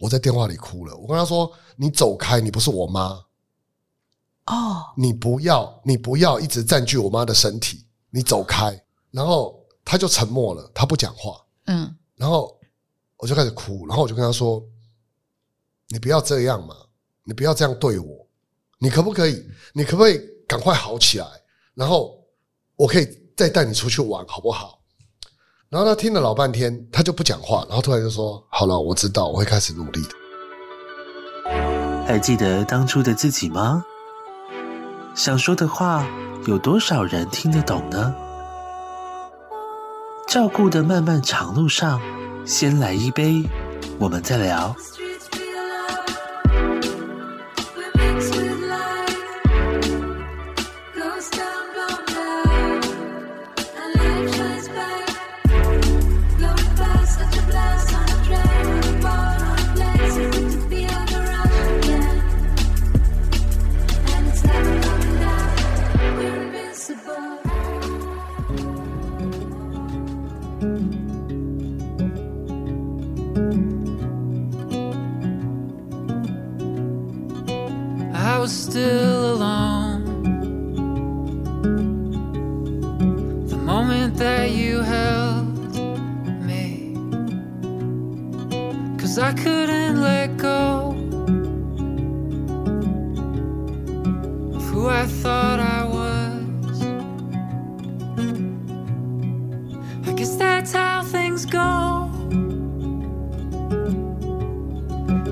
我在电话里哭了。我跟他说：“你走开，你不是我妈，哦，你不要，你不要一直占据我妈的身体，你走开。”然后他就沉默了，他不讲话。嗯然后我就开始哭，然后我就跟他说：“你不要这样嘛，你不要这样对我，你可不可以？你可不可以赶快好起来？然后我可以再带你出去玩，好不好？”然后他听了老半天，他就不讲话，然后突然就说：“好了，我知道，我会开始努力的。还记得当初的自己吗？想说的话，有多少人听得懂呢？照顾的漫漫长路上，先来一杯，我们再聊。 Streets we love, we're mixed with light. Goes down, blown down, and life shines bright. Going fast, such a blast on a train, on a boat, on a plane. So good to be on the rush again, and it's never coming down. We're invincible. I was still alone. The moment that you held me, cause I couldn't let go of who I thought I was. I guess that's how things go.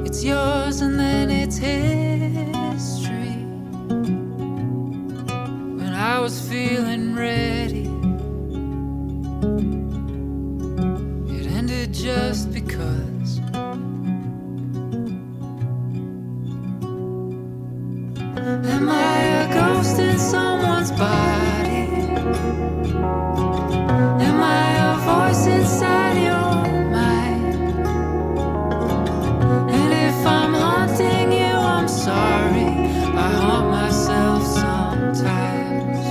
It's yours and then it's history. When I was feeling ready, it ended just because. Am I a ghost in someone's body? Am I a voice inside your mind? And if I'm haunting you, I'm sorry. I haunt myself sometimes.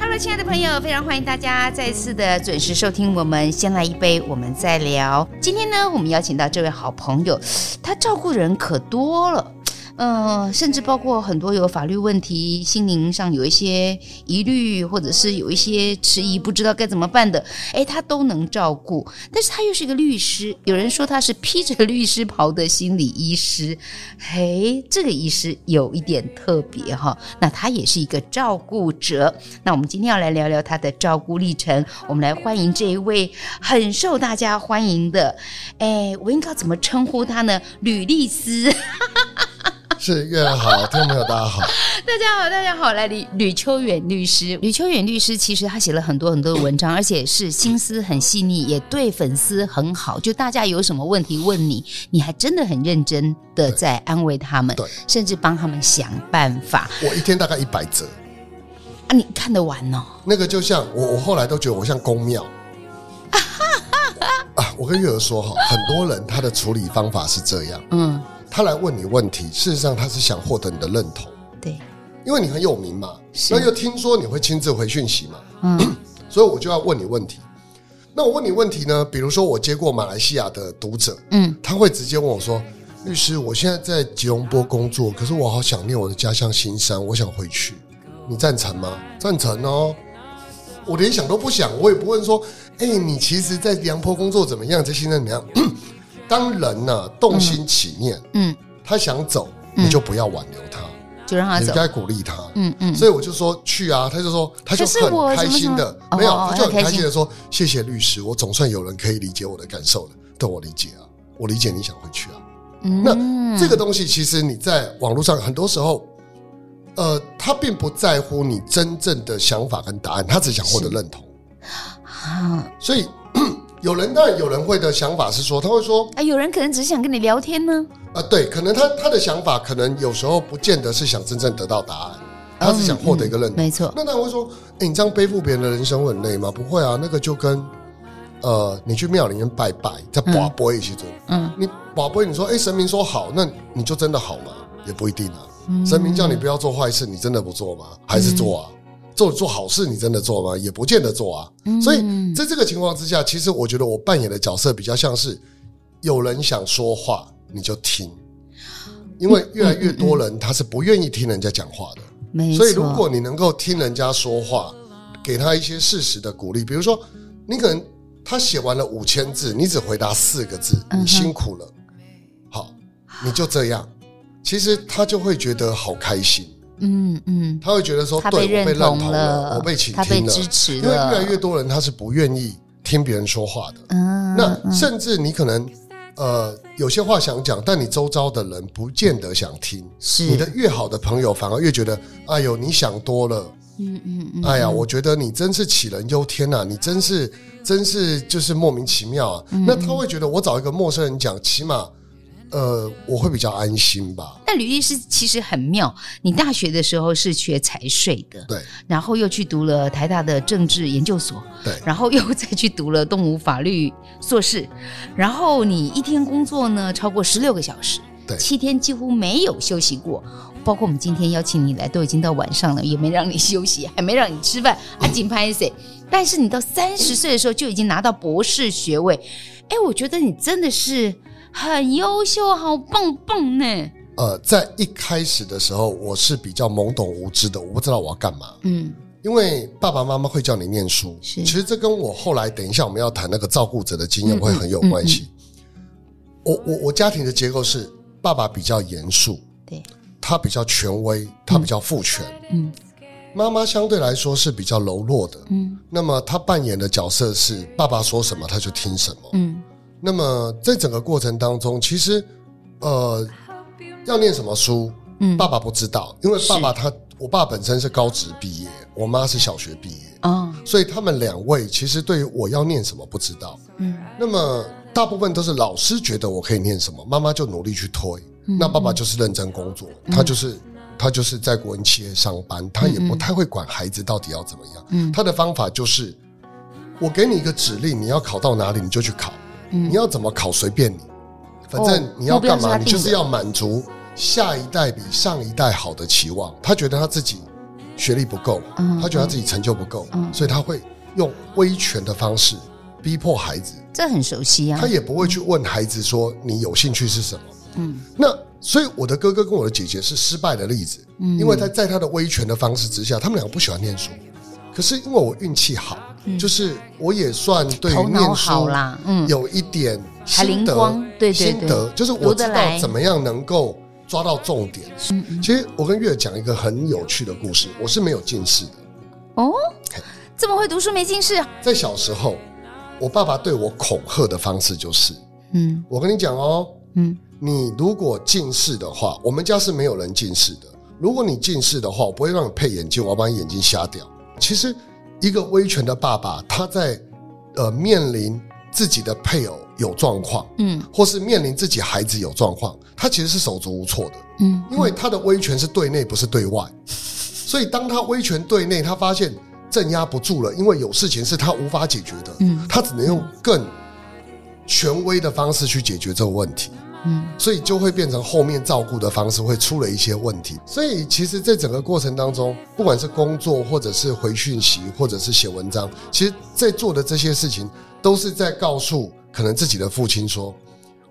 ，Hello，亲爱的朋友，非常欢迎大家再次的准时收听我们先来一杯，我们再聊。今天呢，我们邀请到这位好朋友，他照顾人可多了。嗯，甚至包括很多有法律问题、心灵上有一些疑虑，或者是有一些迟疑，不知道该怎么办的，哎，他都能照顾。但是他又是一个律师，有人说他是披着律师袍的心理医师，嘿，这个医师有一点特别哈。那他也是一个照顾者。那我们今天要来聊聊他的照顾历程。我们来欢迎这一位很受大家欢迎的，哎，我应该怎么称呼他呢？吕律 师。是月儿好，听众朋友大家好，大家好，大家好，来吕吕秋远律师，吕秋远律师其实他写了很多很多的文章，而且是心思很细腻，也对粉丝很好。就大家有什么问题问你，你还真的很认真的在安慰他们对，甚至帮他们想办法我一天大概一百折，啊！你看得完哦？那个就像我，我后来都觉得我像公庙。啊，我跟月儿说哈，很多人他的处理方法是这样，嗯，他来问你问题，事实上他是想获得你的认同，对，因为你很有名嘛，是那又听说你会亲自回讯息嘛，嗯 所以我就要问你问题。那我问你问题呢？比如说，我接过马来西亚的读者，嗯他会直接问我说：“律师，我现在在吉隆坡工作，可是我好想念我的家乡新山，我想回去，你赞成吗？”赞成哦。我连想都不想，我也不问说：“哎、你其实，在吉隆坡工作怎么样？在新山怎么样？” 当人呐、动心起念，嗯，他想走，嗯你就不要挽留他，就让他你走应。该鼓励他。嗯嗯，所以我就说去啊，他就说他就可是我很开心什的么什，么没有，哦他就他开很心开心的说谢谢律师，我总算有人可以理解我的感受了。对我理解啊，我理解你想回去啊。嗯这个东西其实你在网络上很多时候，呃，他并不在乎你真正的想法跟答案，他只想获得认同。啊，所以 有人当然有人会的想法是说，他会说啊，有人可能只是想跟你聊天呢。啊、对，可能他他的想法可能有时候不见得是想真正得到答案，他只想获得一个认同。嗯没错，那当然会说，哎、你这样背负别人的人生会很累吗？不会啊，那个就跟呃，你去庙里面拜拜，在拔杯一起做。嗯你拔杯，你说，哎、神明说好，那你就嗯真的好吗？也不一定啊。神明叫你不要做坏事，你真的不做吗？还是做啊？做做好事，你真的做吗？也不见得做啊。嗯所以在这个情况之下，其实我觉得我扮演的角色比较像是有人想说话，你就听，因为越来越多人他是不愿意听人家讲话的。没错。所以，如果你能够听人家说话，给他一些事实的鼓励，比如说，你可能他写完了五千字，你只回答四个字，嗯哼你辛苦了，好，你就这样，其实他就会觉得好开心，嗯嗯，他会觉得说，他对被我被认认同同了，了，我被倾他被听了，支持因为了，越来越多人他是不愿意听别人说话的，嗯，那嗯甚至你可能呃有些话想讲，但你周遭的人不见得想听。是你的越好的朋友，反而越觉得，哎呦，你想多了，嗯嗯嗯，哎呀，我觉得你真是杞人忧天啊呐、你真是真是就是莫名其妙啊。嗯那他会觉得我找一个陌生人讲，起码呃我会比较安心吧。那吕律师其实很妙，你大学的时候是学财税的，对然后又去读了台大的政治研究所，对然后又再去读了动物法律硕士，然后你一天工作呢超过十六个小时，对七天几乎没有休息过。包括我们今天邀请你来，都已经到晚上了，也没让你休息，还没让你吃饭，啊，紧拍谁？但是你到三十岁的时候就已经拿到博士学位，哎，我觉得你真的是很优秀，好棒棒呢。呃，在一开始的时候，我是比较懵懂无知的，我不知道我要干嘛。嗯，因为爸爸妈妈会叫你念书，是其实这跟我后来等一下我们要谈那个照顾者的经验会很有关系。嗯我我我家庭的结构是爸爸比较严肃，对，他比较权威，他比较父权，嗯，妈妈相对来说是比较柔弱的，嗯那么他扮演的角色是爸爸说什么他就听什么，嗯那么在整个过程当中，其实呃要念什么书，嗯，爸爸不知道，因为爸爸他我爸本身是高职毕业，我妈是小学毕业，哦，所以他们两位其实对于我要念什么不知道。嗯那么大部分都是老师觉得我可以念什么，妈妈就努力去推。嗯那爸爸就是认真工作，他就是他就是在国营企业上班，他也不太会管孩子到底要怎么样。嗯他的方法就是，我给你一个指令，你要考到哪里你就去考，嗯你要怎么考随便你，反正哦你要干目标是嘛，他你定就的是要满足下一代比上一代好的期望。他觉得他自己学历不够，嗯他觉得他自己成就不够，嗯所以他会用威权的方式逼迫孩子，这很熟悉啊他。也不会去问孩子说你有兴趣是什么。嗯那所以我的哥哥跟我的姐姐是失败的例子，嗯因为他在他的威权的方式之下，他们两个不喜欢念书。可是因为我运气好，就是我也算对于嗯头脑念书好啦嗯有一点还灵心得光对对心对得就是我读知得道来嗯怎么样能够抓到重点。其实我跟月讲一个很有趣的故事，我是没有近视的。哦，这么会读书没近视？啊在小时候，我爸爸对我恐吓的方式就是，嗯我跟你讲哦，嗯你如果近视的话，我们家是没有人近视的。如果你近视的话，我不会让你配眼镜，我要把你眼睛瞎掉。其实，一个威权的爸爸，他在呃面临自己的配偶有状况，嗯或是面临自己孩子有状况，他其实是手足无措的。嗯，因为他的威权是对内，不是对外。所以当他威权对内，他发现镇压不住了，因为有事情是他无法解决的，嗯他只能用更权威的方式去解决这个问题。嗯，所以就会变成后面照顾的方式会出了一些问题。所以其实，在整个过程当中，不管是工作，或者是回讯息，或者是写文章，其实在做的这些事情，都是在告诉可能自己的父亲说：“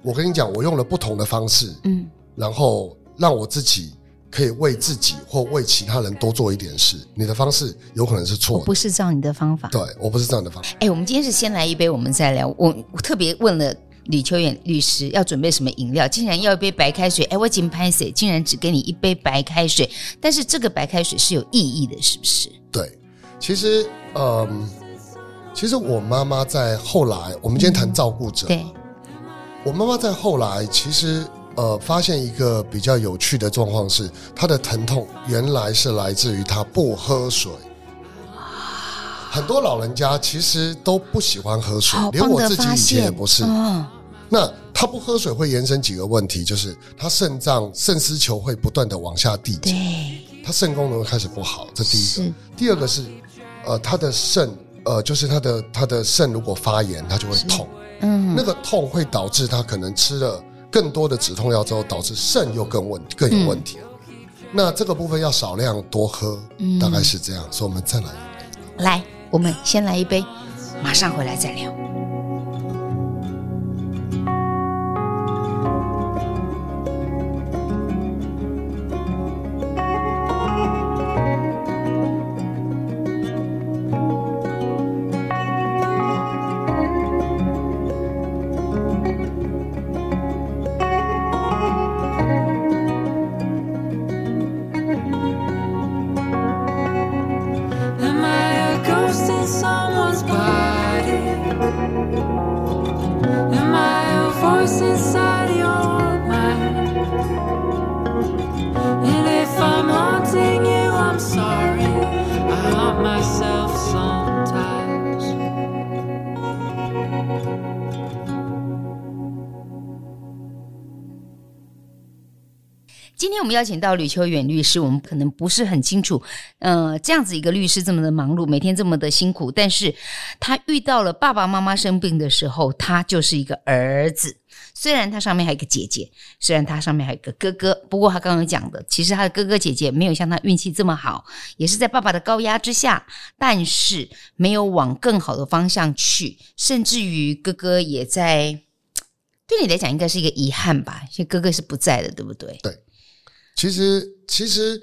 我跟你讲，我用了不同的方式，嗯，然后让我自己可以为自己或为其他人多做一点事。你的方式有可能是错我的，不是照你的方法。对我不是这样的方式。哎，我们今天是先来一杯，我们再聊。我我特别问了。吕秋远律师要准备什么饮料？竟然要一杯白开水！哎，我紧拍谁？竟然只给你一杯白开水，但是这个白开水是有意义的，是不是？对，其实，嗯，其实我妈妈在后来，我们今天谈照顾者，对，我妈妈在后来，其实呃，发现一个比较有趣的状况是，她的疼痛原来是来自于她不喝水。很多老人家其实都不喜欢喝水好，连棒我的自己发以前也现！不是。哦那他不喝水会延伸几个问题，就是他肾脏肾丝球会不断的往下递减，对，他肾功能开始不好，这第一个是。第二个是，呃，他的肾，呃，就是他的他的肾如果发炎，他就会痛，嗯那个痛会导致他可能吃了更多的止痛药之后，导致肾又更问更有问题。那这个部分要少量多喝，嗯大概是这样。所以我们再来一杯。来，我们先来一杯，马上回来再聊。 Am I a ghost in someone's body? Am I a voice inside your mind? And if I'm haunting you, I'm sorry. I haunt myself sometimes. 今天我们邀请到吕秋远律师，我们可能不是很清楚，呃，这样子一个律师这么的忙碌，每天这么的辛苦，但是他遇到了爸爸妈妈生病的时候，他就是一个儿子。虽然他上面还有一个姐姐，虽然他上面还有一个哥哥，不过他刚刚讲的，其实他的哥哥姐姐没有像他运气这么好，也是在爸爸的高压之下，但是没有往更好的方向去，甚至于哥哥也在，对你来讲应该是一个遗憾吧，因为哥哥是不在的，对不对？其实，其实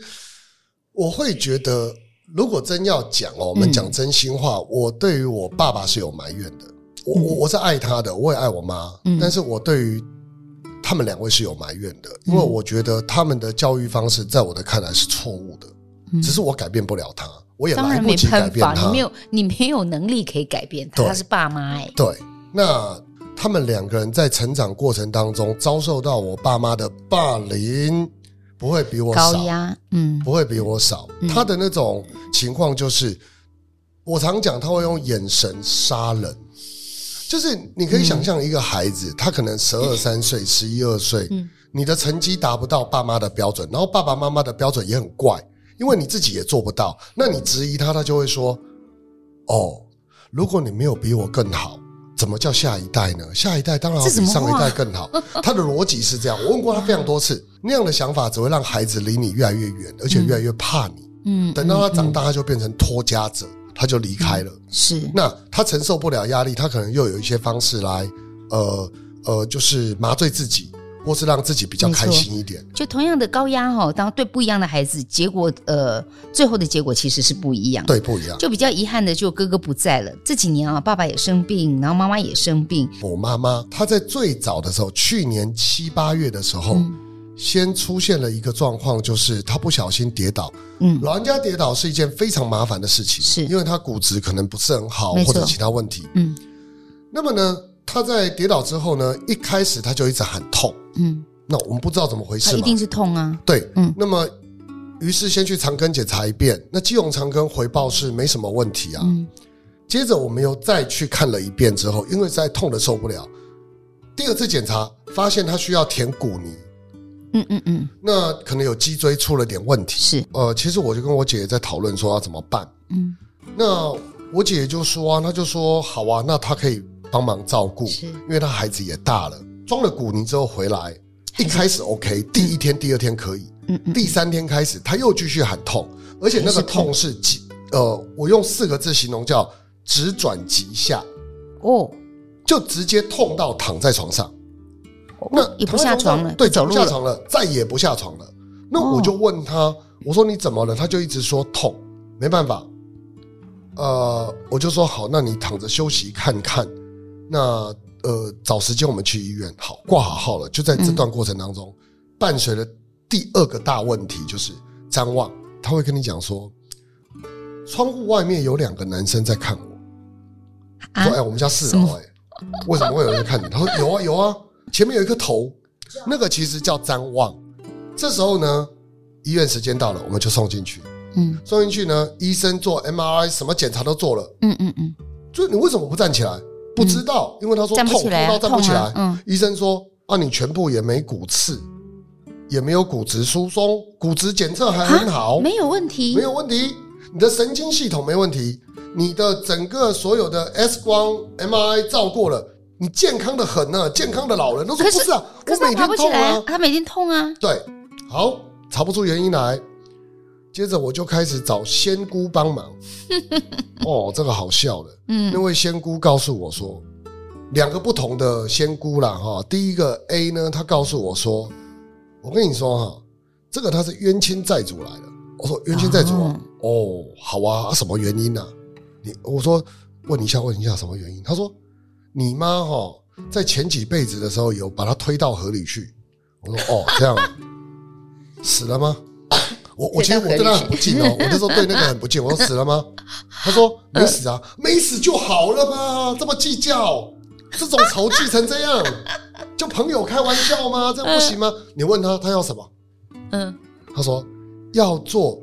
我会觉得，如果真要讲哦，我们嗯讲真心话，我对于我爸爸是有埋怨的。我我我是爱他的，我也爱我妈，嗯但是我对于他们两位是有埋怨的，因为嗯我觉得他们的教育方式在我的看来是错误的，嗯只是我改变不了他，我也当来然不没及改办变法，你他没。有你没有能力可以改变他，对他是爸妈哎、对，那他们两个人在成长过程当中遭受到我爸妈的霸凌，不会比我高少，压，嗯不会比我少。他的那种情况就是，我常讲他会用眼神杀人，就是你可以想象一个孩子，他可能十二三岁、十一二岁，嗯你的成绩达不到爸妈的标准，然后爸爸妈妈的标准也很怪，因为你自己也做不到，那你质疑他，他就会说：“哦，如果你没有比我更好。”怎么叫下一代呢？下一代当然要这比怎么上话一代更好。他的逻辑是这样，我问过他非常多次，那样的想法只会让孩子离你越来越远，而且越来越怕你。嗯，等到他长大、大，他就变成拖家者，他就离开了。是那他承受不了压力，他可能又有一些方式来，呃呃，就是麻醉自己，或是让自己比较开心一点。就同样的高压哈、哦，当对不一样的孩子，结果呃，最后的结果其实是不一样的。对，不一样。就比较遗憾的，就哥哥不在了。这几年啊，爸爸也生病，然后妈妈也生病，我妈妈她在最早的时候，去年七八月的时候，嗯先出现了一个状况，就是她不小心跌倒。嗯老人家跌倒是一件非常麻烦的事情，是因为她骨质可能不是很好，没或错者其他问题。嗯那么呢，她在跌倒之后呢，一开始她就一直喊痛。嗯，那我们不知道怎么回他事一嘛定？是痛啊，对，嗯那么于是先去长庚检查一遍，那基隆长庚回报是没什么问题啊。嗯接着我们又再去看了一遍之后，因为实在痛的受不了，第二次检查发现他需要填骨泥，嗯嗯嗯，那可能有脊椎出了点问题。是，呃，其实我就跟我姐姐在讨论说要啊怎么办。嗯那我姐姐就说啊，她就说好啊，那她可以帮忙照顾，是因为她孩子也大了，装了骨泥之后回来，一开始 OK，第一天、第二天可以，嗯嗯，第三天开始，他又继续喊痛，而且那个痛是急，呃，我用四个字形容叫直转急下，哦，就直接痛到躺在床上。那哦也不下床了，对，走走不路下了，床了，再也不下床了。那哦我就问他，我说你怎么了？他就一直说痛，没办法。呃，我就说好，那你躺着休息看看。那呃，找时间我们去医院。好，挂好号了。就在这段过程当中，嗯伴随了第二个大问题就是张望，他会跟你讲说，窗户外面有两个男生在看我。啊说：“哎、我们家四什楼么哎、为什么会有人看你？”他说：“有啊，有啊，前面有一颗头，那个其实叫张望。”这时候呢，医院时间到了，我们就送进去。嗯送进去呢，医生做 MRI，什么检查都做了。嗯嗯嗯，就你为什么不站起来？不知道，因为他说站痛不起痛来啊到站不起痛来啊。嗯医生说：“啊，你全部也没骨刺，也没有骨质疏松，骨质检测还很好。”啊没有问题，没有问题，你的神经系统没问题，你的整个所有的 X 光、MRI 照过了，你健康的很呢、健康的老人都说可不是是啊，可我是他每爬天不起痛来啊啊，，他每天痛啊，对，好，查不出原因来。接着我就开始找仙姑帮忙。哦，这个好笑的。那嗯位仙姑告诉我说，两个不同的仙姑啦哈。第一个 A 呢，她告诉我说，我跟你说哈，这个他是冤亲债主来的。我说冤亲债主啊，哦，好啊，啊什么原因呢、啊？你我说问一下，问一下什么原因？他说你妈哈，在前几辈子的时候有把她推到河里去。我说哦，这样啊死了吗？我我其实我对她很不敬哦，我那时候对那个很不敬。我说死了吗？他说没死啊，没死就好了嘛，这么计较，这种仇记成这样，就朋友开玩笑吗？这样不行吗？你问他，他要什么？嗯，他说要做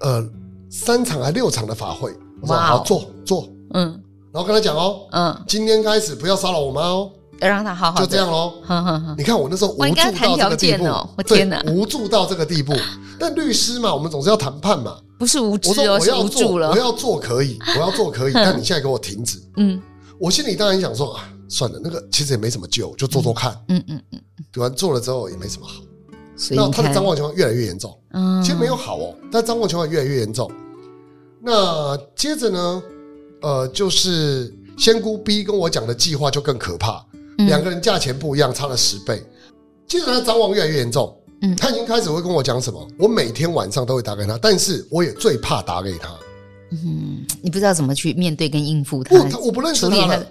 呃三场还六场的法会。我说哇哦好做做，嗯然后跟他讲哦，嗯，今天开始不要骚扰我妈哦，要让他好好就的，这样喽。哼哼哼，你看我那时候无哇助应该谈到这条个地件步哦，我对天哪无助到这个 地步。但律师嘛，我们总是要谈判嘛。不是无知我说哦，我是要无做，助了我，要做可 以，我要做可以，但你现在给我停止。嗯我心里当然想说啊，算了，那个其实也没什么救，就做做看。嗯嗯嗯，对吧？做了之后也没什么好。所以那你他的看张，望情况越来越严重。嗯其实没有，好哦，但张望情况越来越严重。那接着呢，呃，就是仙姑 B 跟我讲的计划就更可怕，嗯两个人价钱不一样，差了十倍。接着他张望越来越严重，嗯他已经开始会跟我讲什么，我每天晚上都会打给他，但是我也最怕打给他，嗯，你不知道怎么去面对跟应付他不，，他我不认识处理他他了，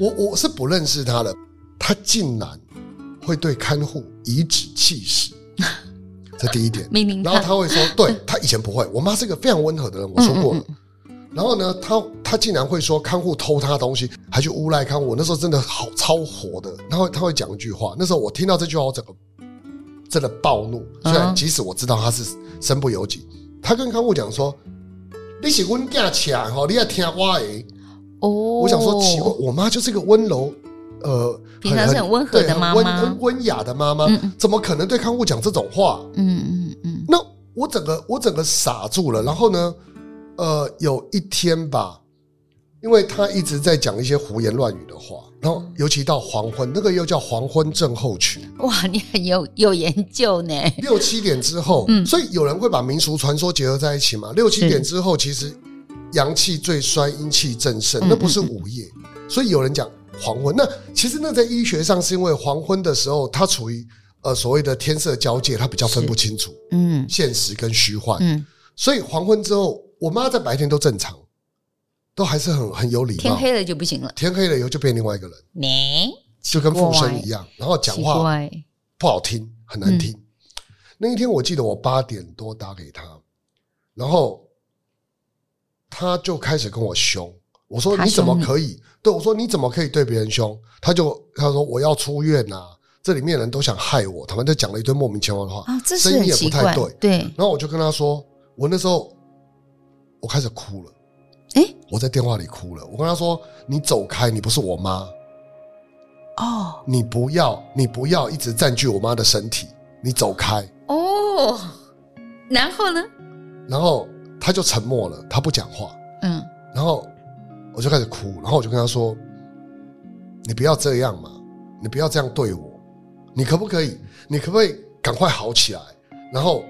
我我是不认识他了，他竟然会对看护颐指气 使，这第一点。命令然后他，他会说，对他以前不 会，我妈是一个非常温和的人，我说嗯过了。然后呢，他他竟然会说看护偷他东西，还去诬赖看护。我那时候真的好超火的，他会他会讲一句话，那时候我听到这句话，我整个真的暴怒。虽然嗯即使我知道他是身不由己，他跟看护讲说：“你是阮家强吼，你要听我的。”哦，我我想说，奇怪，我妈就是一个温柔，呃，平常是很温和的对很妈温妈很温雅的妈妈嗯嗯，怎么可能对看护讲这种话？嗯嗯嗯，那我整个我整个傻住了。然后呢，呃，有一天吧，因为他一直在讲一些胡言乱语的话，然后尤其到黄昏，那个又叫黄昏症候群，哇，你很有有研究呢，六七点之后，嗯所以有人会把民俗传说结合在一起嘛？六七点之后，其实阳气最衰，阴气正盛，嗯那不是午夜，所以有人讲黄昏。那其实那在医学上是因为黄昏的时候，它处于呃所谓的天色交界，它比较分不清楚嗯现实跟虚幻。嗯，所以黄昏之后，我妈在白天都正常，都还是很很有礼貌。天黑了就不行了，天黑了以后就变另外一个人，你就跟附身一样，然后讲奇话怪，嗯不好听，很难听。那一天我记得我八点多打给他，然后他就开始跟我凶。我说他你怎么凶你可以？对我说你怎么可以对别人凶？他就他说我要出院呐、这里面人都想害我，他们就讲了一堆莫名其妙的话，啊，这声是音很也奇不太怪，对。对，然后我就跟他说，我那时候我开始哭了，诶我在电话里哭了。我跟他说，你走开，你不是我妈，哦你不要，你不要一直占据我妈的身体，你走开。哦，然后呢？然后他就沉默了，他不讲话。嗯然后我就开始哭，然后我就跟他说：“你不要这样嘛，你不要这样对我，你可不可以？你可不可以赶快好起来？然后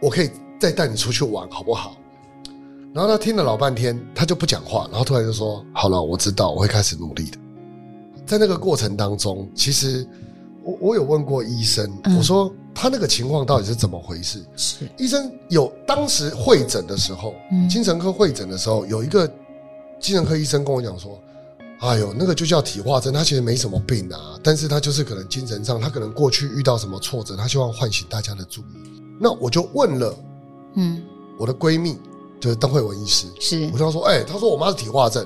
我可以再带你出去玩，好不好？”然后他听了老半天，他就不讲话，然后突然就说：“好了，我知道，我会开始努力的。”在那个过程当中，其实我我有问过医生，嗯我说他那个情况到底是怎么回事？是，医生有当时会诊的时候，嗯精神科会诊的时候，有一个精神科医生跟我讲说：“哎呦，那个就叫体化症，他其实没什么病啊，但是他就是可能精神上，他可能过去遇到什么挫折，他希望唤醒大家的注意。”那我就问了嗯我的闺蜜，就是邓慧文医师，是我就，跟她说：“哎、她说我妈是体化症。”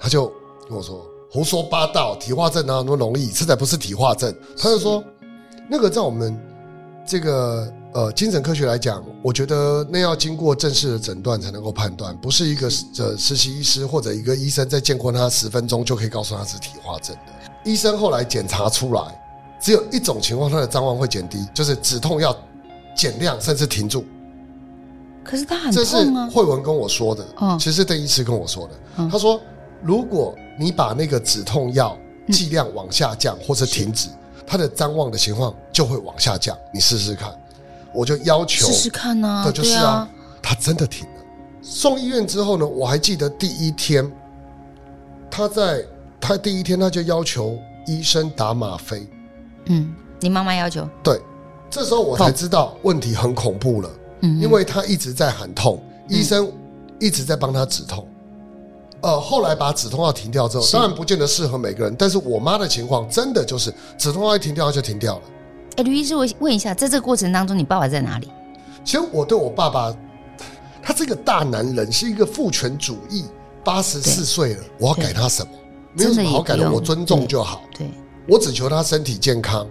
她就跟我说：“胡说八道，体化症啊哪有那么容易？这才不是体化症。”她就说：“那个在我们这个呃精神科学来讲，我觉得那要经过正式的诊断才能够判断，不是一个呃实习医师或者一个医生在见过他十分钟就可以告诉他是体化症的。医生后来检查出来，只有一种情况，他的张望会减低，就是止痛药减量甚至停住。”可是他很这是痛啊，慧文跟我说的，嗯其实邓医师跟我说的，嗯他说如果你把那个止痛药剂量嗯往下降或是停止，它的张望的情况就会往下降，你试试看。我就要求试试看呐、对，就是对啊啊，，他真的停了。送医院之后呢，我还记得第一天，他在他第一天他就要求医生打吗啡，嗯，你妈妈要求，对，这时候我才知道问题很恐怖了，嗯，因为他一直在喊痛，医生一直在帮他止痛。呃，后来把止痛药停掉之后，是当然不见得适合每个人，但是我妈的情况真的就是止痛药一停掉，它就停掉了。哎，吕医师，我问一下，在这个过程当中，你爸爸在哪里？其实我对我爸爸，他这个大男人是一个父权主义，八十四岁了，我要改他什么？没有什真的么也好改不的，用我尊重就好。对，我只求他身体健康。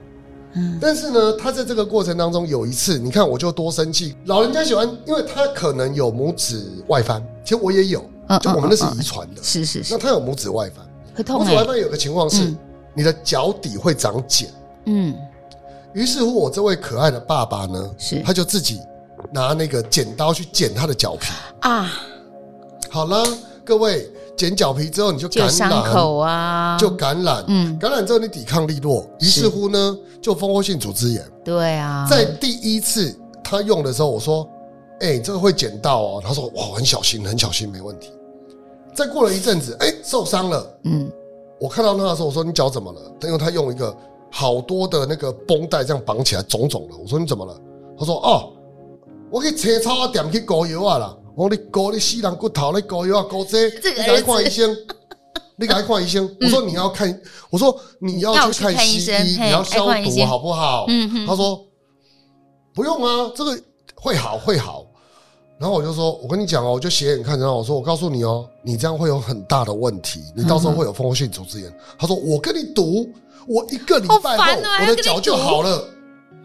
嗯，但是呢，他在这个过程当中有一次，你看我就多生气。老人家喜欢，因为他可能有拇指外翻，其实我也有嗯，就我们那是嗯嗯嗯遗传的。是是那是，他有拇指外翻，会痛拇哎、指外翻有个情况是嗯，你的脚底会长茧。嗯，于是乎，我这位可爱的爸爸呢，是他就自己拿那个剪刀去剪他的脚皮。啊，好啦，各位，剪脚皮之后你就就感有染，伤口啊，就感染，嗯感染之后你抵抗力弱，于是是乎呢，就蜂窝性组织炎。对啊，在第一次他用的时候，我说：“哎、这个会剪到哦。”他说：“哇，很小心，很小心，没问题。”再过了一阵子，哎、受伤了。嗯，我看到他的时候，我说：“你脚怎么了？”因为他用一个好多的那个绷带这样绑起来，肿肿的。我说：“你怎么了？”他说：“哦，我去切草啊，点去膏油啊啦。”我说：“你膏你西人骨头，你膏油啊，膏这，这个你赶快儿看子嗯医 生。”你赶快看医生！我说你要看，我说你要要去去看看西医生医，嘿你要该消看医毒生好不好？嗯哼他说不用啊，这个会好会好。然后我就说，我跟你讲哦，我就斜眼看着他，我说我告诉你哦，你这样会有很大的问题，你到时候会有蜂窝性组织炎。他说我跟你赌，我一个礼拜好后烦哦还我的要跟你脚就赌好了，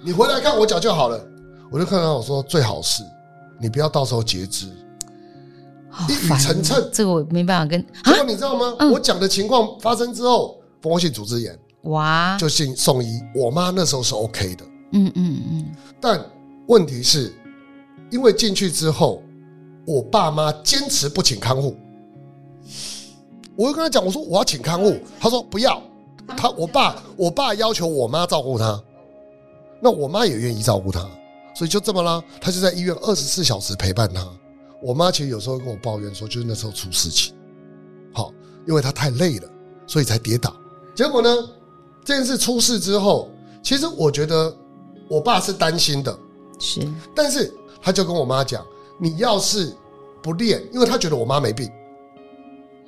你回来看我脚就好了。我就看到我说最好是你不要到时候截肢。好一语烦成哦谶这个我没办法跟结啊，果你知道吗？嗯我讲的情况发生之后，蜂窝性组织炎哇，就进送医，我妈那时候是 OK 的。嗯嗯嗯，但问题是，因为进去之后，我爸妈坚持不请看护。我就跟他讲，我说我要请看护，他说不要。他我爸我爸要求我妈照顾他，那我妈也愿意照顾他，所以就这么啦。他就在医院二十四小时陪伴他。我妈其实有时候跟我抱怨说，就是那时候出事情，好，因为她太累了，所以才跌倒。结果呢，这件事出事之后，其实我觉得我爸是担心的，是但是他就跟我妈讲，你要是不练，因为他觉得我妈没病，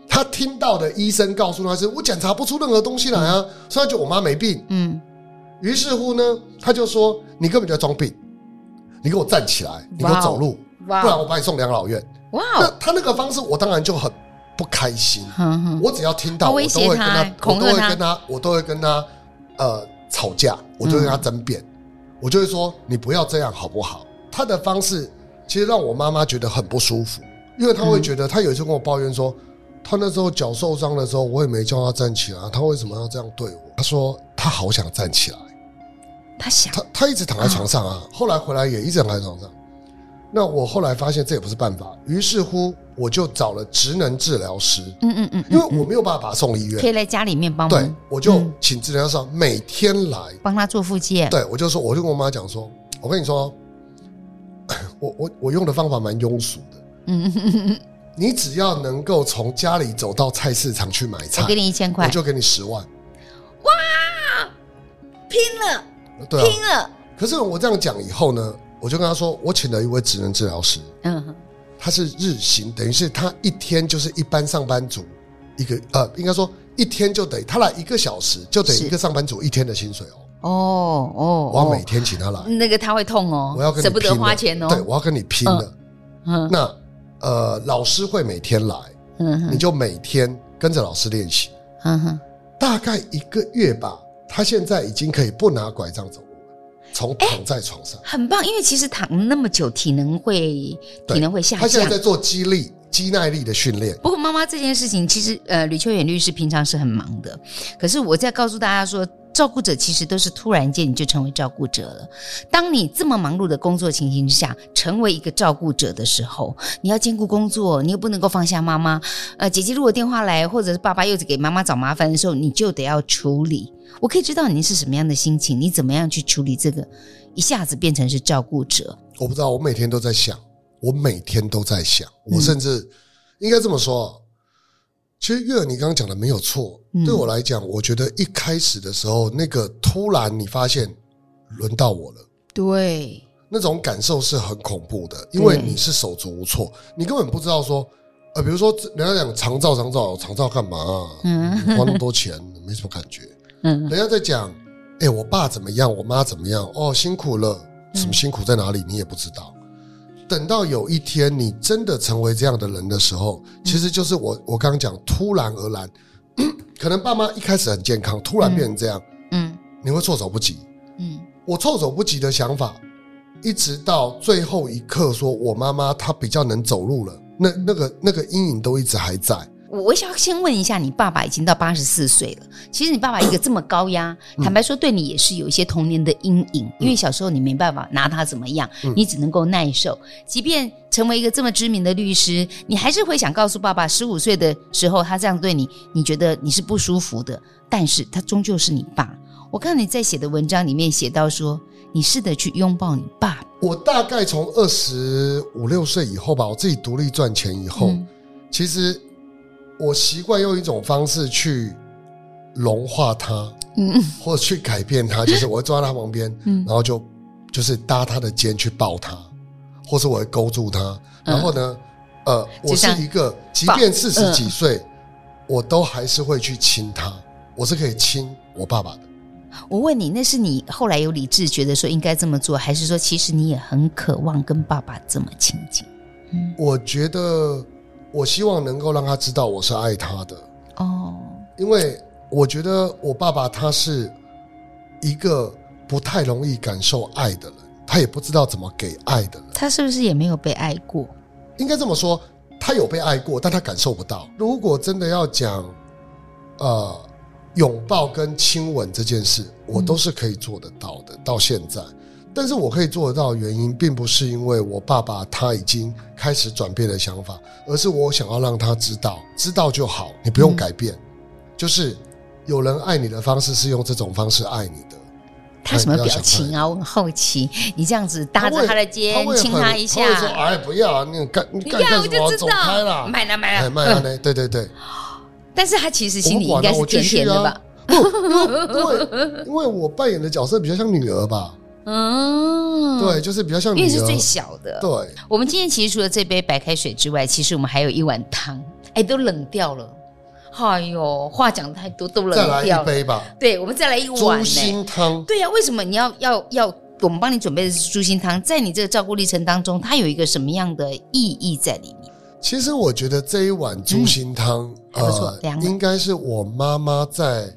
他听到的医生告诉他是我检查不出任何东西来啊，所以他觉得我妈没病。嗯，于是乎呢，他就说你根本就在装病，你给我站起来，你给我走路，哇哦不然我把你送养老院。哇那哦，他那个方式，我当然就很不开心。哼哼，我只要听到，他我嗯威都胁会跟他他，我恐都吓会他跟他，我都会跟他呃吵架，我就会跟他争辩，我就会说你不要这样好不好？他的方式其实让我妈妈觉得很不舒服，因为她会觉得，她有一次跟我抱怨说，她那时候脚受伤的时候，我也没叫她站起来，啊她为什么要这样对我？她说她好想站起来，他想她她一直躺在床上啊，后来回来也一直躺在床上。那我后来发现这也不是办法，于是乎我就找了职能治疗师，嗯嗯嗯，因为我没有办法把他送医院可，以来家里面帮对忙，，我就嗯请治疗上每天来。帮他做复健，对我就说，我就跟我妈讲说，我跟你说， 我我我用的方法蛮庸俗的。嗯你只要能够从家里走到菜市场去买菜，我给你一千我块，就给你十万。拼了，对拼啊，了，可是我这样讲以后呢，我就跟他说，我请了一位职能治疗师，嗯，他是日行，等于是他一天就是一般上班族一个呃，应该说一天就等于他来一个小时，就等于是一个上班族一天的薪水哦。哦哦，我要每哦天请他来。那个他会痛哦，我要跟你舍不得拼了花钱哦，对，我要跟你拼了。嗯那呃，老师会每天来，嗯你哼就每天跟着老师练习，嗯哼，大概一个月吧。他现在已经可以不拿拐杖走路了，从躺在床上，很棒，因为其实躺那么久，体能会对体能会下他现降在。在做肌力、肌耐力的训练。不过妈妈这件事情，其实呃，吕秋远律师平常是很忙的，可是我在告诉大家说，照顾者其实都是突然间你就成为照顾者了。当你这么忙碌的工作情形之下，成为一个照顾者的时候，你要兼顾工作，你又不能够放下妈妈。呃，姐姐如果电话来，或者是爸爸又给妈妈找麻烦的时候，你就得要处理。我可以知道你是什么样的心情，你怎么样去处理这个，一下子变成是照顾者。我不知道，我每天都在想，我每天都在想，嗯我甚至、应该这么说，其实月儿你刚刚讲的没有错，嗯对我来讲，我觉得一开始的时候，那个突然你发现轮到我了。对，那种感受是很恐怖的，因为对你是手足无措，你根本不知道说，呃，比如说人家讲长照长照长照干嘛、啊？嗯花那么多钱没什么感觉。嗯，人家在讲，哎、我爸怎么样，我妈怎么样，哦，辛苦了，什么辛苦在哪里，你也不知道。等到有一天你真的成为这样的人的时候，其实就是我我刚刚讲，突然而然， 可能爸妈一开始很健康，突然变成这样，嗯你会措手不及。嗯我措手不及的想法，一直到最后一刻，说我妈妈她比较能走路了，那那个那个阴影都一直还在。我我想先问一下，你爸爸已经到八十四岁了，其实你爸爸一个这么高压，坦白说对你也是有一些童年的阴影，因为小时候你没办法拿他怎么样，你只能够耐受。即便成为一个这么知名的律师，你还是会想告诉爸爸，十五岁的时候他这样对你，你觉得你是不舒服的，但是他终究是你爸。我看你在写的文章里面写到说，你试着去拥抱你爸，我大概从二十五六岁以后吧，我自己独立赚钱以后，嗯其实我习惯用一种方式去融化它，嗯或者去改变 它，就是我会抓到它旁边，嗯然后就就是搭它的肩去抱它，或是我会勾住它，然后呢，呃，嗯就我是像嗯一个，即便四十几岁，我都还是会去亲它，我是可以亲我爸爸的。我问你，那是你后来有理智觉得说应该这么做，还是说其实你也很渴望跟爸爸这么亲近？我觉得，我希望能够让他知道我是爱他的，哦，因为我觉得我爸爸他是一个不太容易感受爱的人，他也不知道怎么给爱的人。他是不是也没有被爱过？应该这么说，他有被爱过，但他感受不到。如果真的要讲，呃，拥抱跟亲吻这件事，我都是可以做得到嗯的，到现在。但是我可以做得到的原因，并不是因为我爸爸他已经开始转变的想法，而是我想要让他知道，知道就好，你不用改变。就是有人爱你的方式是用这种方式爱你的。他什么哎表情？啊？我很好奇。你这样子搭着会他的肩会亲很他一下，他会说：“哎，不要，你干你你干看干我什么就啊？知走开道，啦！”买了买哎，了。麦芽嗯呢？对对对，但是他其实 心里应该是我管啊甜甜 的吧？？我继续啊不因为因为我扮演的角色比较像女儿吧，嗯，对，，就是比较像女因儿。为是最小的。啊对，我们今天其实除了这杯白开水之外，其实我们还有一碗汤，哎，都冷掉了。哎呦，话讲太多都再冷来掉一了。杯吧，对，我们再来一碗猪呢。心汤。对呀、为什么你要要要？我们帮你准备的是猪心汤，在你这个照顾历程当中，它有一个什么样的意义在里面？其实我觉得这一碗猪心汤，嗯呃还不错凉了应该是我妈妈在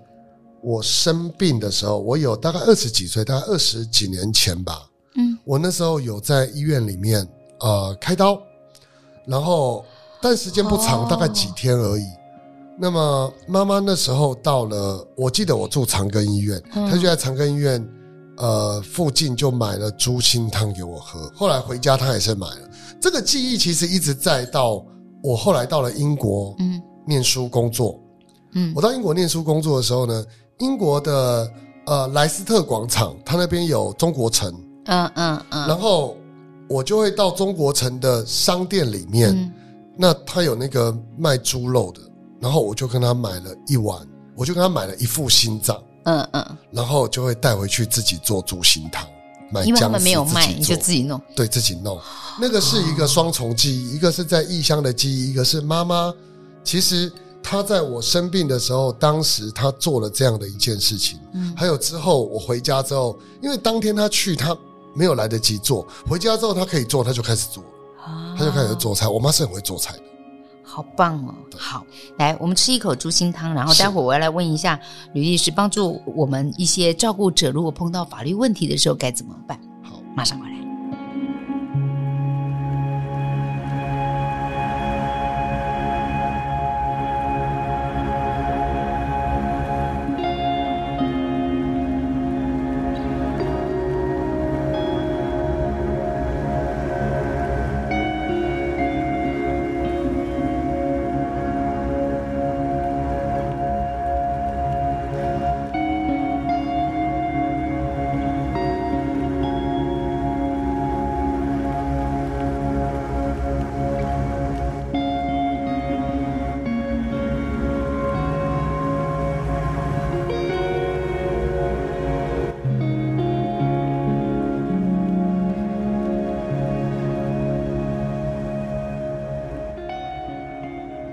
我生病的时候，我有大概二十几岁，大概二十几年前吧。嗯，我那时候有在医院里面呃开刀，然后但时间不长，哦大概几天而已。那么妈妈那时候到了，我记得我住长庚医院，嗯她就在长庚医院呃附近就买了猪心汤给我喝。后来回家她也是买了。这个记忆其实一直在到我后来到了英国，嗯念书工作。嗯我到英国念书工作的时候呢，英国的呃莱斯特广场，它那边有中国城，嗯嗯嗯然后我就会到中国城的商店里面，嗯那他有那个卖猪肉的，然后我就跟他买了一碗，我就跟他买了一副心脏，嗯嗯，然后就会带回去自己做猪心汤，买因为他姜丝们没有卖，你就做自己弄。对自己弄，那个是一个双重记忆，一个是在异乡的记忆，一个是妈妈。其实她在我生病的时候，当时她做了这样的一件事情，嗯还有之后我回家之后，因为当天她去，她没有来得及做，回家之后她可以做，她就开始做，啊她就开始做菜。我妈是很会做菜的，好棒哦！好，来，我们吃一口猪心汤，然后是待会儿我要来问一下吕律师，帮助我们一些照顾者，如果碰到法律问题的时候该怎么办？好，马上回来。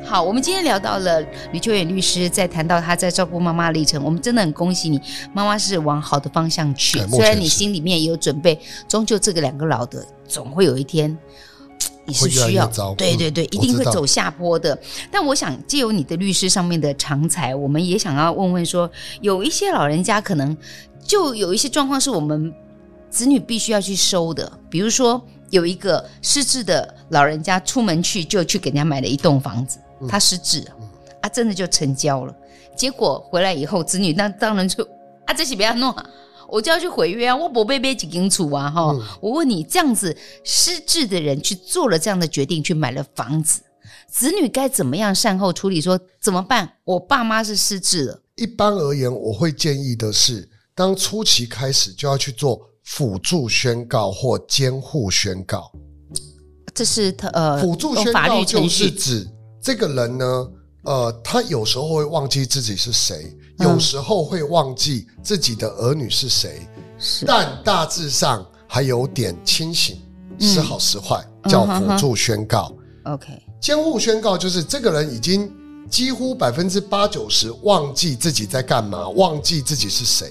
好，我们今天聊到了吕秋远律师，在谈到他在照顾妈妈的历程，我们真的很恭喜你，妈妈是往好的方向去对。目虽然前你是心里面也有准备，终究这个两个老的总会有一天。你是会越来需越要糟对嗯对对，一我定知会道走下坡的。但我想借由你的律师上面的长才，我们也想要问问说，有一些老人家可能就有一些状况是我们子女必须要去收的，比如说有一个失智的老人家出门去就去给人家买了一栋房子，嗯他失智了，啊，真的就成交了，结果回来以后，子女那当然就啊，这是不要弄啊。我就要去毁约啊！我不被被几根处啊！嗯哈、我问你，这样子失智的人去做了这样的决定，去买了房子，子女该怎么样善后处理说？怎么办？我爸妈是失智了，一般而言，我会建议的是，当初期开始就要去做辅助宣告或监护宣告。这是他呃辅助用宣法律告就程是序指这个人呢，呃，他有时候会忘记自己是谁，嗯有时候会忘记自己的儿女是谁，是但大致上还有点清醒，时好时坏，嗯叫哼辅哼助宣告。 OK，监护宣告就是这个人已经几乎百分之八九十忘记自己在干嘛，忘记自己是谁。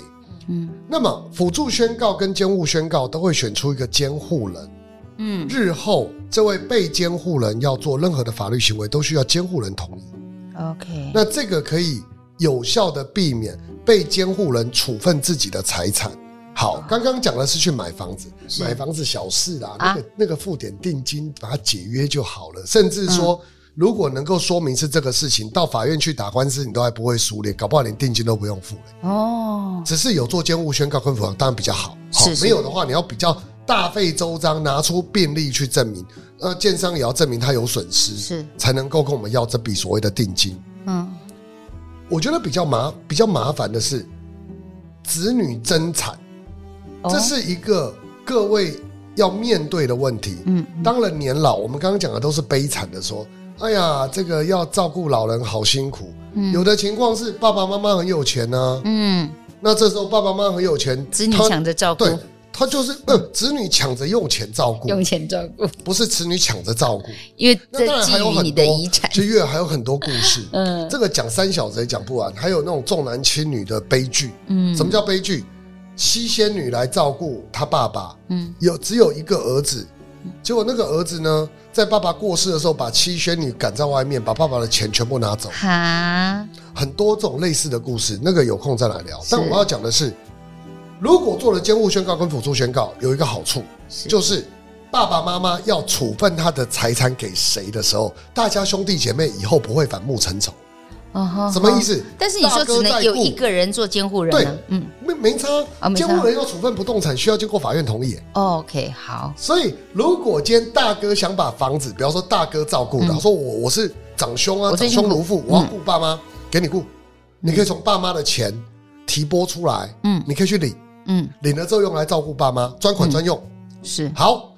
嗯那么辅助宣告跟监护宣告都会选出一个监护人，嗯日后这位被监护人要做任何的法律行为，都需要监护人同意。 ，OK，那这个可以有效的避免被监护人处分自己的财产。好，刚刚讲的是去买房子，哦是买房子小事啦，啊那个那个付点定金，把它解约就好了。甚至说，嗯如果能够说明是这个事情，到法院去打官司，你都还不会输嘞，搞不好连定金都不用付嘞。哦，只是有做监护宣告跟辅导，当然比较好。好是是没有的话，你要比较大费周章，拿出病例去证明。那建商也要证明他有损失，是才能够跟我们要这笔所谓的定金。嗯我觉得比较麻比较麻烦的是子女争产，哦这是一个各位要面对的问题。嗯当然年老，我们刚刚讲的都是悲惨的说。哎呀，这个要照顾老人好辛苦。有的情况是爸爸妈妈很有钱呢、嗯，那这时候爸爸妈妈很有钱，子女他抢着照顾，对他就是、呃、子女抢着用钱照顾，用钱照顾，不是子女抢着照顾。因为那这当然还有觊觎很你多的遗产，其实越还有很多故事， 嗯这个讲三小时也讲不完。还有那种重男轻女的悲剧，嗯什么叫悲剧？七仙女来照顾她爸爸，嗯有只有一个儿子，结果那个儿子呢，在爸爸过世的时候，把七仙女赶在外面，把爸爸的钱全部拿走。哈，很多这种类似的故事，那个有空再来聊。是但我要讲的是，如果做了监护宣告跟辅助宣告，有一个好处是就是。爸爸妈妈要处分他的财产给谁的时候，大家兄弟姐妹以后不会反目成仇，哦什么意？思？但是你说只大能哥在有顾一个人做监护人呢对，嗯没没差啊，没差监护人要处分不动产需要经过法院同意。哦，OK，好，所以，如果今天大哥想把房子，比方说大哥照顾的，嗯说我我是长兄啊，我长最辛嗯苦兄如父，我要顾爸妈，给你顾，你可以从爸妈的钱提拨出来，嗯你可以去领，嗯，领了之后用来照顾爸妈，专款专用。是好，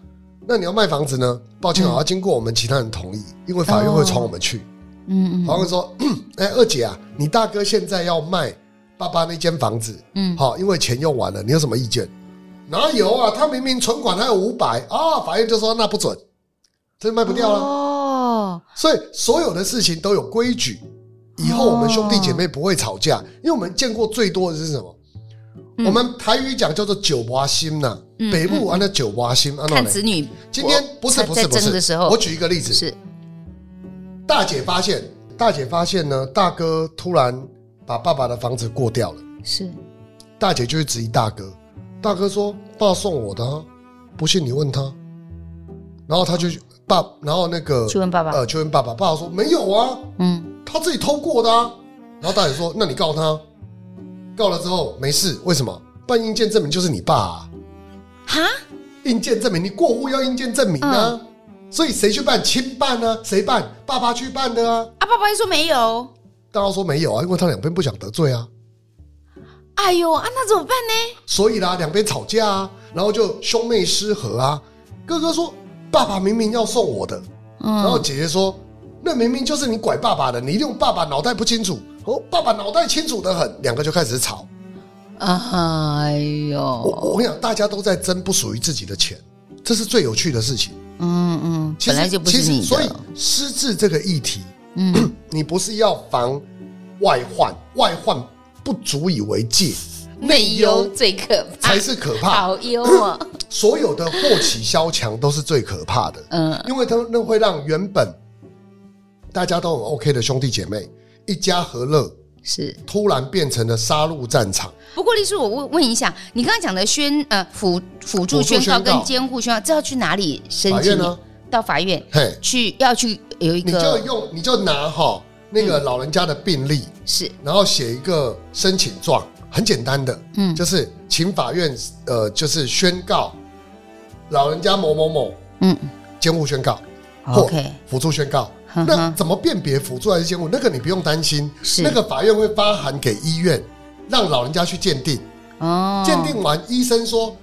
那你要卖房子呢？抱歉，我啊要经过我们其他人同意，因为法院会传我们去。嗯法嗯官说：“ 哎、二姐啊，你大哥现在要卖爸爸那间房子，嗯，好，因为钱用完了，你有什么意见？哪有啊？他明明存款还有五百啊，法院就说那不准，这卖不掉了。哦，所以所有的事情都有规矩，以后我们兄弟姐妹不会吵架，因为我们见过最多的是什么？哦嗯我们台语讲叫做九八心呐、嗯北部玩的九八心啊，那看呢子女，今天不是在不在是不争是的时候我举一个例子，是大姐发现，大姐发现呢，大哥突然把爸爸的房子过掉了。是，大姐就去质疑大哥，大哥说：“爸送我的、啊，不信你问他。”然后他就爸，然后那个去问爸爸呃，去问爸爸，爸爸说：“没有啊，嗯他自己偷过的啊。”然后大姐说：“那你告他，告了之后没事，为什么？办印鉴证明就是你爸、啊，哈，嗯印鉴证明你过户要印鉴证明啊，所以谁去办？亲办呢、啊？谁办？爸爸去办的啊。啊，爸爸又说没有，大家说没有啊，因为他两边不想得罪啊。”哎呦啊，那怎么办呢？所以啦，两边吵架啊，然后就兄妹失和啊。哥哥说：“爸爸明明要送我的。”然后嗯，姐姐说：“那明明就是你拐爸爸的，你一定爸爸脑袋不清楚。”哦，爸爸脑袋清楚的很，两个就开始吵。啊哎我呦，我跟你讲，大家都在争不属于自己的钱，这是最有趣的事情。嗯嗯，其实本来就不是其实你所以的，失智这个议题，嗯 你不是要防外患，外患不足以为戒，内忧最可怕，才是可怕。好忧哦，所有的祸起萧墙都是最可怕的，嗯因为他们那会让原本大家都很 OK 的兄弟姐妹一家和乐， 是。突然变成了杀戮战场。不过丽叔，我问问一下，你刚刚讲的宣呃辅辅助辅助宣告宣告跟监护宣告，这要去哪里申法请院？呢？到法院嘿，去要去有一你就个用你就拿哈那个老人家的病历，是然后写一个申请状，很简单的，嗯就是请法院呃，就是宣告老人家某某某嗯监护宣告或 OK 辅助宣告。嗯哼那怎么辨别辅助还是监护？那个你不用担心，是那个法院会发函给医院，让老人家去鉴定。哦鉴定完，医生说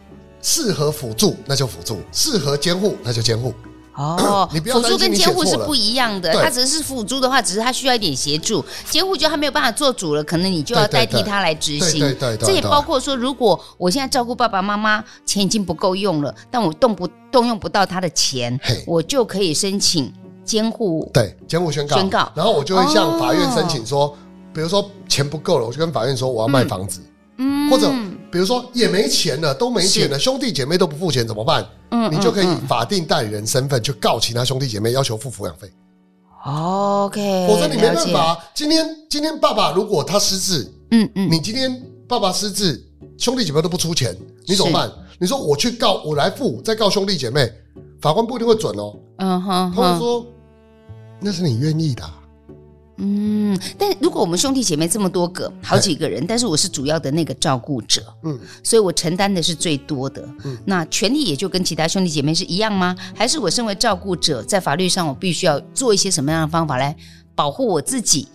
适合辅助，那就辅助；适合监护，那就监护。，哦 你不要辅助担心跟你监护写是错了不一样的，对他只是辅助的话，只是他需要一点协助，监护就他没有办法做主了，可能你就要对代对替他来执行。对对对对这也对包括说，如果我现在照顾爸爸妈妈，钱已经不够用了，但我动不动用不到他的钱嘿，我就可以申请监护。对，监护宣告，宣告然后我就会向法院哦申请说，比如说钱不够了，我就跟法院说我要卖房子，嗯或者比如说也没钱了，都没钱了，兄弟姐妹都不付钱怎么办？嗯你就可以以嗯法定代理人身份去告其他兄弟姐妹，要求付抚养费，嗯 OK，否则你没了办解法。啊。今天今天爸爸如果他失智，嗯嗯，你今天爸爸失智，兄弟姐妹都不出钱，你怎么办？你说我去告，我来付，再告兄弟姐妹，法官不一定会准哦，嗯哼他会哼，说那是你愿意的啊、嗯。但如果我们兄弟姐妹这么多个，好嘿几个人，但是我是主要的那个照顾者，哎嗯。所以我承担的是最多的。嗯那权利也就跟其他兄弟姐妹是一样吗？还是我身为照顾者，在法律上我必须要做一些什么样的方法来保护我自己，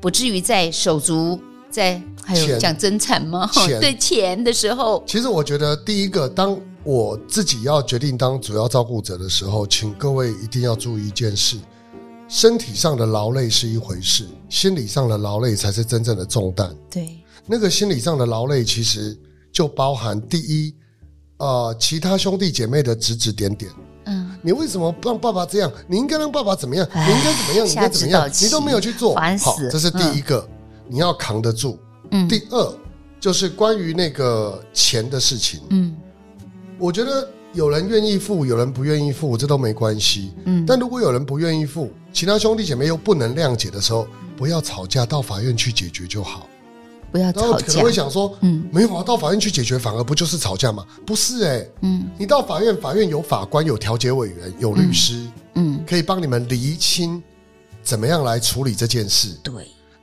不至于在手足在还有钱讲争产吗？ 钱对钱的时候，其实我觉得，第一个，当我自己要决定当主要照顾者的时候，请各位一定要注意一件事：身体上的劳累是一回事，心理上的劳累才是真正的重担。对，那个心理上的劳累，其实就包含第一，呃，其他兄弟姐妹的指指点点。嗯，你为什么不让爸爸这样？你应该让爸爸怎么样？唉你应该怎么样？你应该怎么下样指导？棋你都没有去做，烦死好，这是第一个，你要扛得住。嗯第二就是关于那个钱的事情，嗯我觉得有人愿意付，有人不愿意付，这都没关系。嗯，但如果有人不愿意付，其他兄弟姐妹又不能谅解的时候，不要吵架，到法院去解决就好。不要然后吵可架能会，想说，嗯没有啊，到法院去解决反而不就是吵架吗？不是哎、嗯你到法院，法院有法官、有调解委员、有律师，嗯，可以帮你们厘清怎么样来处理这件事。对。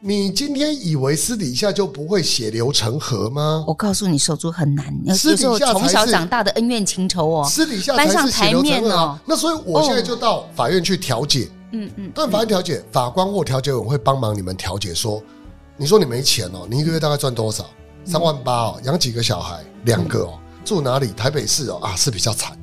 你今天以为私底下就不会血流成河吗？我告诉你，手足很难，有私有底时候下从才小是长大的恩怨情仇哦。私底下搬才上是血台流成面河哦啊。那所以我现在哦就到法院去调解，嗯嗯，但法院调解，法官或调解委员会帮忙你们调解。说，你说你没钱哦，你一个月大概赚多少？嗯三万八哦，养几个小孩？两个哦，住哪里？台北市哦，啊是比较惨。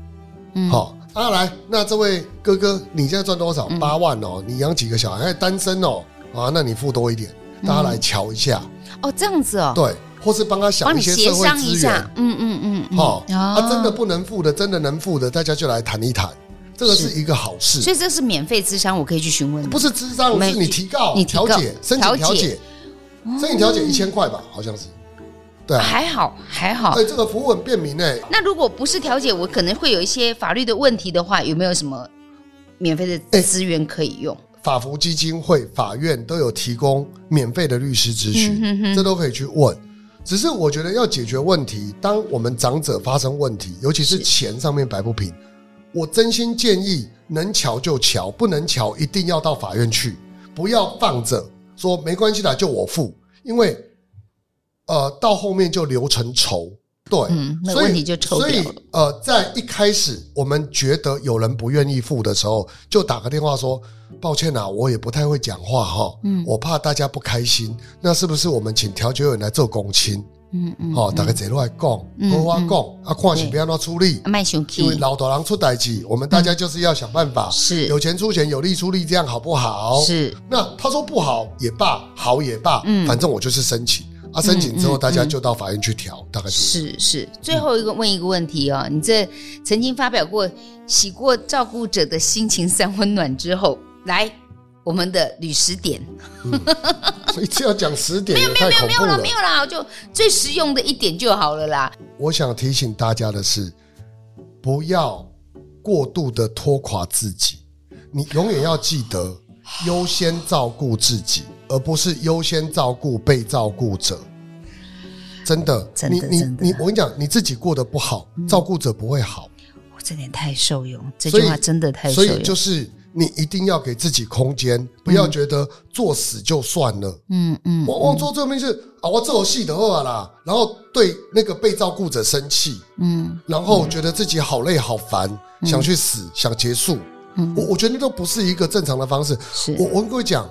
嗯好、啊来，那这位哥哥，你现在赚多少？嗯八万哦，你养几个小孩？还单身哦，啊，那你付多一点，嗯大家来瞧一下，哦，这样子哦，对，或是帮他想帮一你些协社会商一资下源，，嗯嗯嗯嗯，好、哦啊，真的不能付的，真的能付的，大家就来谈一谈，这个是一个好事。所以这是免费智商，我可以去询问你。不是智商，没是你提告、你提告调解、申请调调解哦解、申请调解一千块吧，好像是。对啊，还好还好哎，。这个服务很便民诶、那如果不是调解，我可能会有一些法律的问题的话，有没有什么免费的哎资源可以用？法服基金会、法院都有提供免费的律师咨询，嗯哼哼这都可以去问。只是我觉得要解决问题，当我们长者发生问题，尤其是钱上面摆不平，我真心建议能瞧就瞧，不能瞧一定要到法院去，不要放着说没关系的，就我付，因为呃到后面就流成仇，对，嗯那所以问题就臭掉了所以呃，在一开始我们觉得有人不愿意付的时候，就打个电话说：“抱歉啊，我也不太会讲话哈，嗯我怕大家不开心。那是不是我们请调解员来做公亲？嗯嗯，哦，大家坐落来讲，嗯和我讲啊，看是不要怎么处理，卖熊因为 key 老大人出代志，我们大家就是要想办法，是有钱出钱，有力出力，这样好不好？。嗯是那他说不好也罢，好也罢，嗯反正我就是申请啊，申请之嗯嗯后大家嗯就到法院去调，大概就是是是。最后一个问一个问题哦，你这曾经发表过洗过照顾者的心情三温暖之后，来我们的旅食点， 一次要讲十点也没有太没有恐怖没有啦，了没。有啦，就最实用的一点就好了啦。我想提醒大家的是，不要过度的拖垮自己。你永远要记得优先照顾自己，而不是优先照顾被照顾者。真的，真你的你真的嗯你，我跟你讲，你自己过得不好，照顾者不会好。我这点太受用，这所句以话真的太受所用以。就是你一定要给自己空间，不要觉得作死就算了。嗯嗯，往往做这面是啊，我做游戏的话啦，然后对那个被照顾者生气，嗯，然后觉得自己好累好烦，想去死，想结束。嗯我我觉得那都不是一个正常的方式。是我我跟各位讲，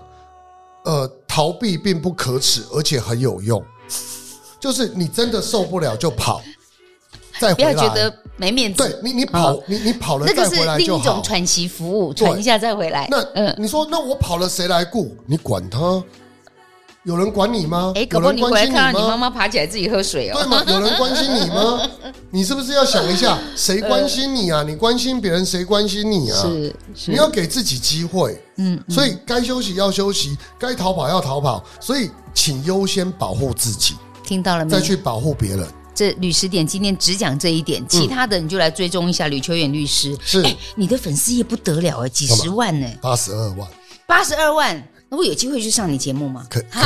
呃，逃避并不可耻，而且很有用。就是你真的受不了就 跑，再不回来。要觉得没面对子，你，你跑，哦你你跑了那再个是回来另就一种好。喘息服务，对喘一下再回来。那、嗯，你说，那我跑了谁来顾？你管他？有人管你吗？哎，有搞不好人你回来关心看到你吗妈？妈爬起来自己 喝水对哦。吗？有人关心你吗？ 你是不是要想一下，谁关心你啊？你关心别人，谁关心你啊？是是你，要给自己机会，嗯，所以该休息要休息，该逃跑要逃跑，所以请优先保护自己，听到了没再？去保护别人。这律师点今天只讲这一点，其他的你就来追踪一下吕秋远律师。是哎，你的粉丝也不得了哎，几十万呢，八十二万，八十二万。那我有机会去上你节目吗？可可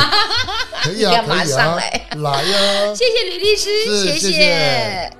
可以啊， 你干嘛可以啊上来，来啊 呀！谢谢吕律师，是谢谢谢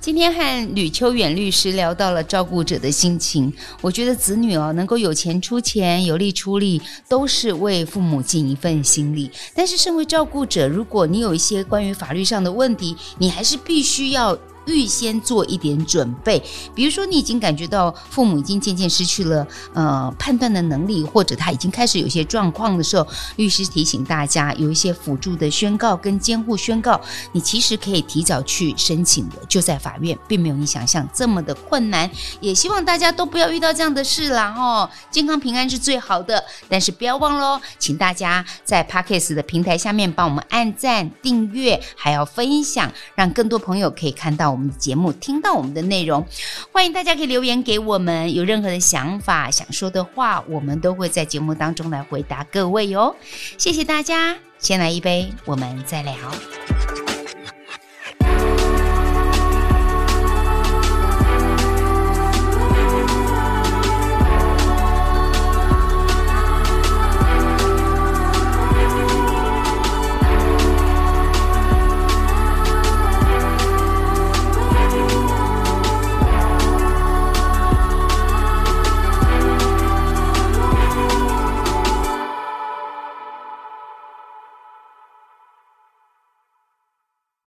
今天和吕秋远律师聊到了照顾者的心情，我觉得子女哦能够有钱出钱，有力出力，都是为父母尽一份心力。但是，身为照顾者，如果你有一些关于法律上的问题，你还是必须要。预先做一点准备，比如说你已经感觉到父母已经渐渐失去了呃判断的能力，或者他已经开始有一些状况的时候，律师提醒大家有一些辅助的宣告跟监护宣告，你其实可以提早去申请的，就在法院，并没有你想象这么的困难。也希望大家都不要遇到这样的事啦哦，健康平安是最好的。但是不要忘喽，请大家在 Parkes 的平台下面帮我们按赞、订阅，还要分享，让更多朋友可以看到我们的节目，听到我们的内容。欢迎大家可以留言给我们，有任何的想法、想说的话，我们都会在节目哦当中来回答各位哟。谢谢大家，先来一杯，我们再聊。